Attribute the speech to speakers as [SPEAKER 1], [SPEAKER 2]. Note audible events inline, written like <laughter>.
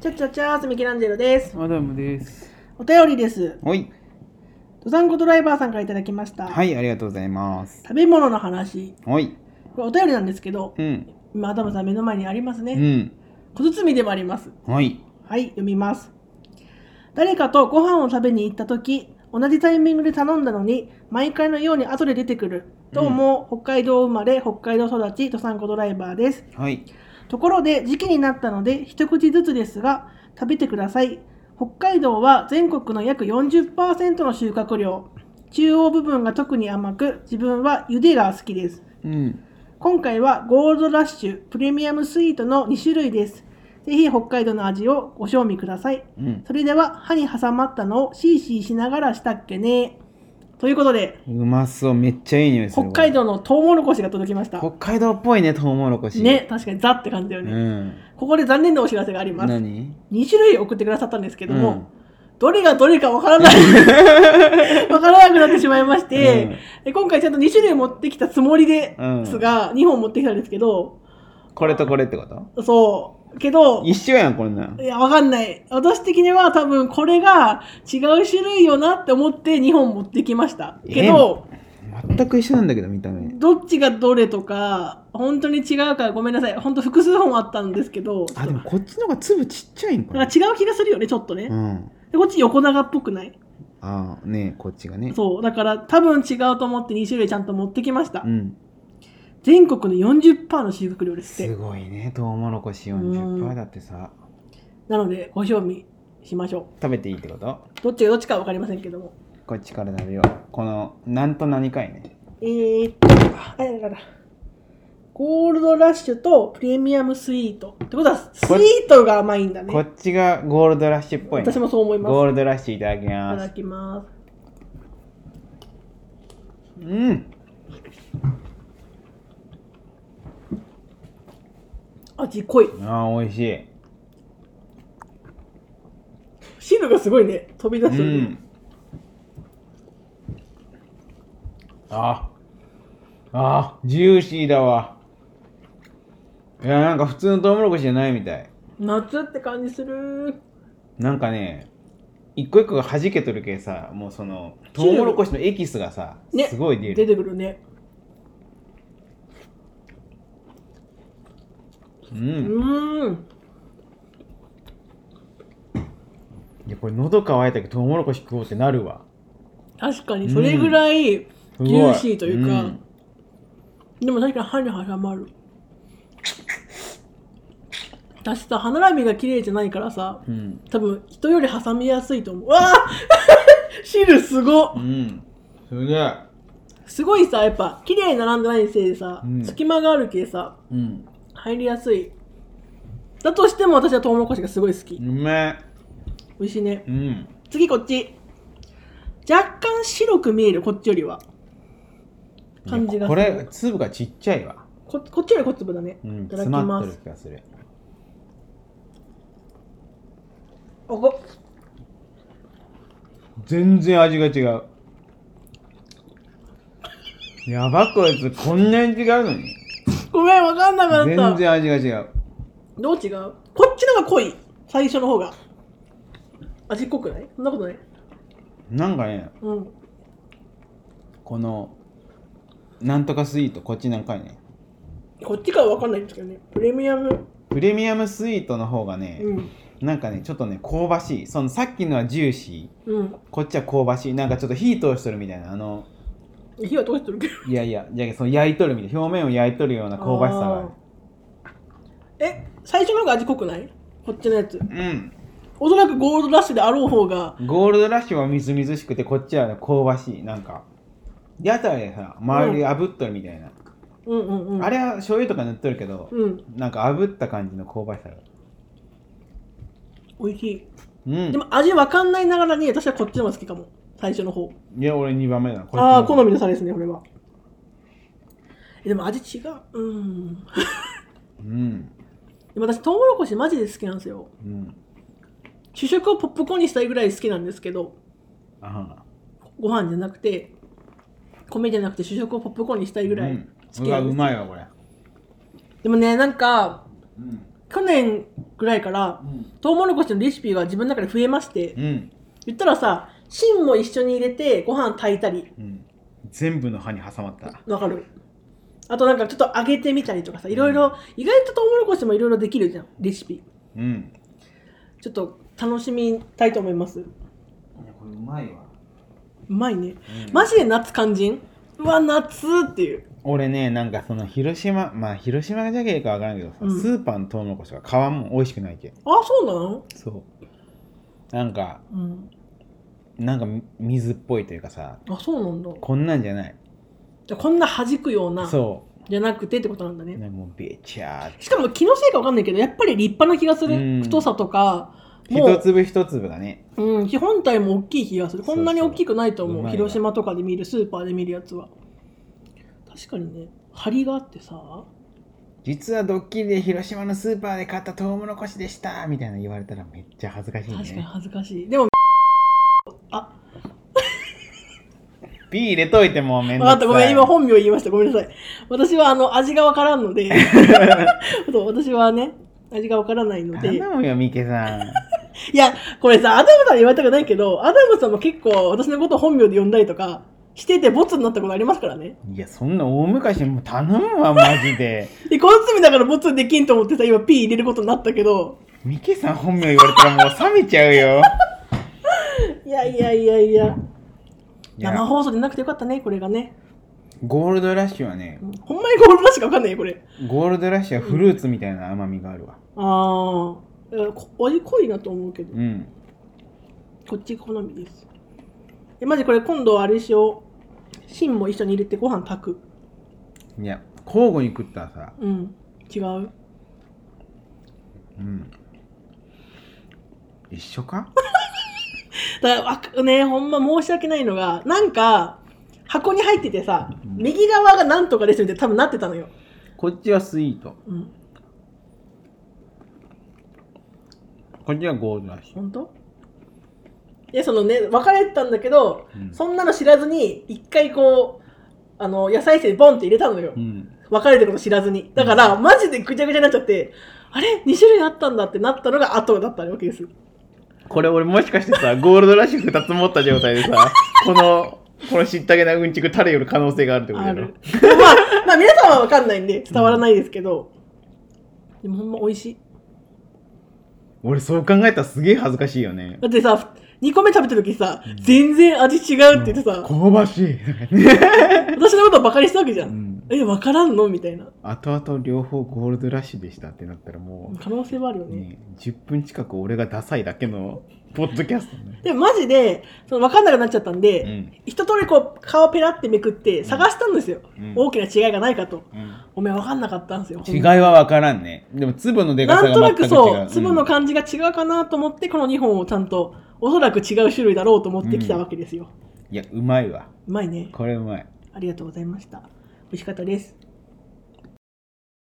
[SPEAKER 1] チャチャチャーズミケランジェロです。
[SPEAKER 2] マダムです。
[SPEAKER 1] お便りです。
[SPEAKER 3] はい。
[SPEAKER 1] ドサンコドライバーさんからいただきました。
[SPEAKER 3] はい、ありがとうございます。
[SPEAKER 1] 食べ物の話。
[SPEAKER 3] はい。
[SPEAKER 1] これお便りなんですけど、
[SPEAKER 3] うん。
[SPEAKER 1] 今、アダムさん目の前にあります
[SPEAKER 3] う
[SPEAKER 1] ね。
[SPEAKER 3] ん。
[SPEAKER 1] 小包でもあります。
[SPEAKER 3] はい。
[SPEAKER 1] はい、読みます。誰かとご飯を食べに行った時同じタイミングで頼んだのに、毎回のように後で出てくる。どうも、北海道生まれ、北海道育ち、ドサンコドライバーです。
[SPEAKER 3] はい。
[SPEAKER 1] ところで時期になったので一口ずつですが食べてください北海道は全国の約40%の収穫量中央部分が特に甘く自分は茹でが好きです
[SPEAKER 3] うん。
[SPEAKER 1] 今回はゴールドラッシュプレミアムスイートの2種類ですぜひ北海道の味をご賞味ください
[SPEAKER 3] うん。
[SPEAKER 1] それでは歯に挟まったのをシーシーしながらしたっけねということで
[SPEAKER 3] うまそう。めっちゃいい匂いする。
[SPEAKER 1] 北海道のトウモロコシが届きました
[SPEAKER 3] これ。北海道っぽいね、トウモロコシ。
[SPEAKER 1] ね。確かにザって感じだよ
[SPEAKER 3] う
[SPEAKER 1] ね、
[SPEAKER 3] ん。
[SPEAKER 1] ここで残念なお知らせがあります
[SPEAKER 3] 何
[SPEAKER 1] 2種類送ってくださったんですけども、
[SPEAKER 3] うん
[SPEAKER 1] どれがどれかわからない
[SPEAKER 3] <laughs>
[SPEAKER 1] わからなくなってしまいまして、
[SPEAKER 3] うん
[SPEAKER 1] で今回ちゃんと2種類持ってきたつもりで
[SPEAKER 3] うん
[SPEAKER 1] すが、2本持ってきたんですけど
[SPEAKER 3] これとこれってこと
[SPEAKER 1] そうけどい
[SPEAKER 3] 一緒やん、これなん。
[SPEAKER 1] やわかんない私的には多分これが違う種類よなって思って2本持ってきましたけど、
[SPEAKER 3] 全く一緒なんだけど、見た目。
[SPEAKER 1] どっちがどれとか本当に違うからごめんなさい本当複数本あったんですけど
[SPEAKER 3] あ、でもこっちの方が粒ちっちゃいんか
[SPEAKER 1] なん
[SPEAKER 3] な。
[SPEAKER 1] か違う気がするよねちょっとね、
[SPEAKER 3] うん。
[SPEAKER 1] でこっち横長っぽくない
[SPEAKER 3] ああ、ねこっちがね。
[SPEAKER 1] そうだから多分違うと思って2種類ちゃんと持ってきました、
[SPEAKER 3] うん。
[SPEAKER 1] 全国の40%の収穫量ですっ
[SPEAKER 3] す
[SPEAKER 1] て
[SPEAKER 3] ごいね、トウモロコシ
[SPEAKER 1] うん
[SPEAKER 3] 40%だってさ。
[SPEAKER 1] なのでご賞味しましょ
[SPEAKER 3] 食べていいってこと
[SPEAKER 1] うどっちがどっちか分かりませんけども
[SPEAKER 3] こっちから食べよう。この、なんと何かいね。
[SPEAKER 1] えー、っとああだからゴールドラッシュとプレミアムスイートってことはス
[SPEAKER 3] これ
[SPEAKER 1] イートが甘いんだね
[SPEAKER 3] こっちがゴールドラッシュっぽいね。
[SPEAKER 1] 私もそう思います
[SPEAKER 3] ゴールドラッシュいただき
[SPEAKER 1] いた
[SPEAKER 3] ま
[SPEAKER 1] だ
[SPEAKER 3] す。
[SPEAKER 1] きます
[SPEAKER 3] うん。
[SPEAKER 1] 味濃い
[SPEAKER 3] ああ、美味しい。
[SPEAKER 1] 汁がすごいね飛び出して
[SPEAKER 3] う
[SPEAKER 1] る、
[SPEAKER 3] ん。ああ、ジューシーだわ。いや、なんか普通のトウモロコシじゃないみたい。
[SPEAKER 1] 夏って感じする
[SPEAKER 3] なんかね、一個一個が弾けとるけさ、もうその、トウモロコシのエキスがさ、
[SPEAKER 1] ね
[SPEAKER 3] すごい出
[SPEAKER 1] 出
[SPEAKER 3] る。
[SPEAKER 1] てくるね
[SPEAKER 3] う。
[SPEAKER 1] うんーん
[SPEAKER 3] いや、これ喉乾いたけど、トウモロコシ食おうってなるわ。
[SPEAKER 1] 確かにそれぐらい、
[SPEAKER 3] すごい
[SPEAKER 1] ジューシーというか
[SPEAKER 3] ん
[SPEAKER 1] でも確かに歯に挟まる私さ歯並びが綺麗じゃないからさ
[SPEAKER 3] うん。
[SPEAKER 1] 多分人より挟みやすいと思ううわあ <laughs> 汁すご
[SPEAKER 3] うん。すげえ。
[SPEAKER 1] すごいさやっぱ綺麗に並んでないせいでさ、
[SPEAKER 3] うん
[SPEAKER 1] 隙間があるけさ
[SPEAKER 3] うん。
[SPEAKER 1] 入りやすいだとしても私はトウモロコシがすごい好き
[SPEAKER 3] うめ
[SPEAKER 1] 美味しいね
[SPEAKER 3] え。うん。
[SPEAKER 1] 次こっち若干白く見えるこっちよりは感じがする
[SPEAKER 3] これ、粒がちっちゃいわ。
[SPEAKER 1] ここっちよりこっち粒だね、
[SPEAKER 3] う
[SPEAKER 1] い
[SPEAKER 3] ん、
[SPEAKER 1] ただき
[SPEAKER 3] 詰ま
[SPEAKER 1] ま
[SPEAKER 3] ってる
[SPEAKER 1] す
[SPEAKER 3] 気がする。
[SPEAKER 1] おご
[SPEAKER 3] 全然味が違う。やばこいつ、こんなに違うのに。
[SPEAKER 1] ごめんわかんなくなった
[SPEAKER 3] 全然味が違う。
[SPEAKER 1] どう違うこっちのが濃い最初の方が味濃くないそんなことない
[SPEAKER 3] なんかね、
[SPEAKER 1] うん
[SPEAKER 3] この、なんとかスイート、こっちなんかね。
[SPEAKER 1] こっちかは分かんないんですけどねプレミアム
[SPEAKER 3] プレミアムスイートの方がね、
[SPEAKER 1] うん
[SPEAKER 3] なんかね、ちょっとね、香ばしい。そのさっきのはジューシ
[SPEAKER 1] うん
[SPEAKER 3] ー、こっちは香ばしい。なんかちょっと火通しとるみたいな、あの、
[SPEAKER 1] 火は通してるけど
[SPEAKER 3] いやいや、じゃあその焼いとるみたいな、表面を焼いとるような香ばしさがある。
[SPEAKER 1] え最初の方が味濃くないこっちのやつ
[SPEAKER 3] うん。
[SPEAKER 1] おそらくゴールドラッシュであろう方が
[SPEAKER 3] ゴールドラッシュはみずみずしくてこっちはね香ばしいなんか屋台でさ周り炙っとるみたいな、
[SPEAKER 1] うんうんうん
[SPEAKER 3] あれは醤油とか塗っとるけど、
[SPEAKER 1] うん
[SPEAKER 3] なんか炙った感じの香ばしさが
[SPEAKER 1] 美味しい、
[SPEAKER 3] うん
[SPEAKER 1] でも味分かんないながらに私はこっちの方が好きかも最初の方
[SPEAKER 3] いや俺2番目だなこっちの
[SPEAKER 1] ああ好みの差ですねこれはえでも味違ううん
[SPEAKER 3] うん
[SPEAKER 1] でも私トウモロコシマジで好きなんですよ
[SPEAKER 3] うん
[SPEAKER 1] 主食をポップコーンにしたいぐらい好きなんですけど
[SPEAKER 3] あ
[SPEAKER 1] ご飯じゃなくて米じゃなくて主食をポップコーンにしたいぐ
[SPEAKER 3] ぐ
[SPEAKER 1] らい
[SPEAKER 3] うん、う
[SPEAKER 1] 好き
[SPEAKER 3] わ
[SPEAKER 1] なん
[SPEAKER 3] う
[SPEAKER 1] です、
[SPEAKER 3] まいわこれ
[SPEAKER 1] でもねなんか
[SPEAKER 3] うん
[SPEAKER 1] 去年ぐらいから
[SPEAKER 3] うん
[SPEAKER 1] トウモロコシのレシピが自分の中で増えまして
[SPEAKER 3] うん、
[SPEAKER 1] 言ったらさ芯も一緒に入れてご飯炊いたり
[SPEAKER 3] うん、全部の歯に挟まった
[SPEAKER 1] わかるあとなんかちょっと揚げてみたりとかさいろいろ意外とトウモロコシもいろいろできるじゃんレシピ
[SPEAKER 3] うん
[SPEAKER 1] ちょっと楽しみたいと思いますう
[SPEAKER 3] いやこれうまいわ、
[SPEAKER 1] まいね
[SPEAKER 3] うん
[SPEAKER 1] マジで夏肝心うわ夏っていう
[SPEAKER 3] 俺ねなんかその広島まあ広島じゃけえかわからんけどさ、
[SPEAKER 1] うん
[SPEAKER 3] スーパーのトウモロコシは皮も美味しくないけ
[SPEAKER 1] あそうなの
[SPEAKER 3] そうなんか
[SPEAKER 1] うん
[SPEAKER 3] なんかみ水っぽいというかさ
[SPEAKER 1] あそうなんだ
[SPEAKER 3] こんなんじゃない
[SPEAKER 1] じゃあこんな弾くような
[SPEAKER 3] そ
[SPEAKER 1] じゃなくてってことなんだ
[SPEAKER 3] う
[SPEAKER 1] ね
[SPEAKER 3] なんかもうべちゃーって
[SPEAKER 1] しかも気のせいかわかんないけどやっぱり立派な気がする、
[SPEAKER 3] うん
[SPEAKER 1] 太さとかも
[SPEAKER 3] 一
[SPEAKER 1] う、
[SPEAKER 3] 粒一粒がね
[SPEAKER 1] うん、基本体も大きい気がするこんなに大きくないと思う
[SPEAKER 3] そうそううまいな
[SPEAKER 1] 広島とかで見るスーパーで見るやつは確かにね張りがあってさ
[SPEAKER 3] 実はドッキリで広島のスーパーで買ったトウモロコシでしたみたいなの言われたらめっちゃ恥ずかしい
[SPEAKER 1] 確かに
[SPEAKER 3] ね
[SPEAKER 1] 恥ずかしいでも
[SPEAKER 3] ピー入れといてもうめん
[SPEAKER 1] 分
[SPEAKER 3] ど
[SPEAKER 1] かっ
[SPEAKER 3] くさ
[SPEAKER 1] た
[SPEAKER 3] い
[SPEAKER 1] ごめん今本名言いましたごめんなさい私はあの味がわからんの
[SPEAKER 3] <laughs>
[SPEAKER 1] でそう私はね味がわからないので
[SPEAKER 3] 頼むよミケさん
[SPEAKER 1] いやこれさアダムさんに言われたくないけどアダムさんも結構私のこと本名で呼んだりとかしててボツになったことありますからね
[SPEAKER 3] いやそんな大昔もう頼むわマジで
[SPEAKER 1] で、この罪だからボツできんと思ってさ、今 P 入れることになったけど、
[SPEAKER 3] ミケさん本名言われたらもう冷めちゃうよ
[SPEAKER 1] いやいやいやいや、
[SPEAKER 3] いや
[SPEAKER 1] 生放送でなくてよかったね、これがね。
[SPEAKER 3] ゴールドラッシュはね
[SPEAKER 1] ほんまにゴールドラッシュかわかんないよ、これ。
[SPEAKER 3] ゴールドラッシュはフルーツみたいな甘みがあるわ
[SPEAKER 1] ああ、えこ味濃いなと思うけど
[SPEAKER 3] う、ん
[SPEAKER 1] こっち好みです。え、マジこれ今度あれしよう。芯も一緒に入れてご飯炊く。
[SPEAKER 3] いや交互に食ったらさ
[SPEAKER 1] うん、違う。
[SPEAKER 3] うん一緒か
[SPEAKER 1] だからあくね、ほんま申し訳ないのが、なんか、箱に入っててさ、右側がなんとかですよって多分なってたのよ。
[SPEAKER 3] こっちはスイート
[SPEAKER 1] うん、
[SPEAKER 3] こっちはゴールドラッシュ
[SPEAKER 1] 本当いやそのね別れたんだけど、
[SPEAKER 3] うん
[SPEAKER 1] そんなの知らずに一回こうあの野菜室にボンって入れたのよ、
[SPEAKER 3] うん
[SPEAKER 1] 別れてること知らずにだから、マジでぐちゃぐちゃになっちゃってあれ2種類あったんだってなったのが後だったわけです
[SPEAKER 3] これ俺もしかしてさゴールドラッシュ2つ持った状態で
[SPEAKER 1] <laughs>
[SPEAKER 3] さこのこのしったけなうんちく垂れよる可能性があるってこと
[SPEAKER 1] あ
[SPEAKER 3] やろ
[SPEAKER 1] るまあ、まあ、皆さんは分かんないんで伝わらないですけど、でもほんま美味しい
[SPEAKER 3] 俺そう考えたらすげえ恥ずかしいよね
[SPEAKER 1] だってさ2個目食べた時さ、全然味違うって言ってさ、
[SPEAKER 3] 香
[SPEAKER 1] <laughs>
[SPEAKER 3] ばしい、
[SPEAKER 1] 私のことばかりしたわけじゃ、
[SPEAKER 3] うんん、
[SPEAKER 1] え分からんのみたいな
[SPEAKER 3] 後々両方ゴールドラッシュでしたってなったらも
[SPEAKER 1] 可能性はあるよ
[SPEAKER 3] う、
[SPEAKER 1] ね
[SPEAKER 3] ね、10分近く俺がダサいだけのポッドキャストね
[SPEAKER 1] でもマジでその分かんなくなっちゃったんで、
[SPEAKER 3] うん
[SPEAKER 1] 一通りこう顔ペラってめくって探したんですよ、
[SPEAKER 3] うん
[SPEAKER 1] 大きな違いがないかと
[SPEAKER 3] うん
[SPEAKER 1] お前分かんなかったんですよ
[SPEAKER 3] 違いは分からんねでも粒のでかさ
[SPEAKER 1] なんと
[SPEAKER 3] が
[SPEAKER 1] な
[SPEAKER 3] 全く違
[SPEAKER 1] く
[SPEAKER 3] う
[SPEAKER 1] そう粒の
[SPEAKER 3] か
[SPEAKER 1] 感じが違うかなと思ってこの2本をちゃんとおそらく違う種類だろうと思ってきたわけですよ、
[SPEAKER 3] いやうまいわ
[SPEAKER 1] うまいね
[SPEAKER 3] これうまい
[SPEAKER 1] ありがとうございました美味しかったです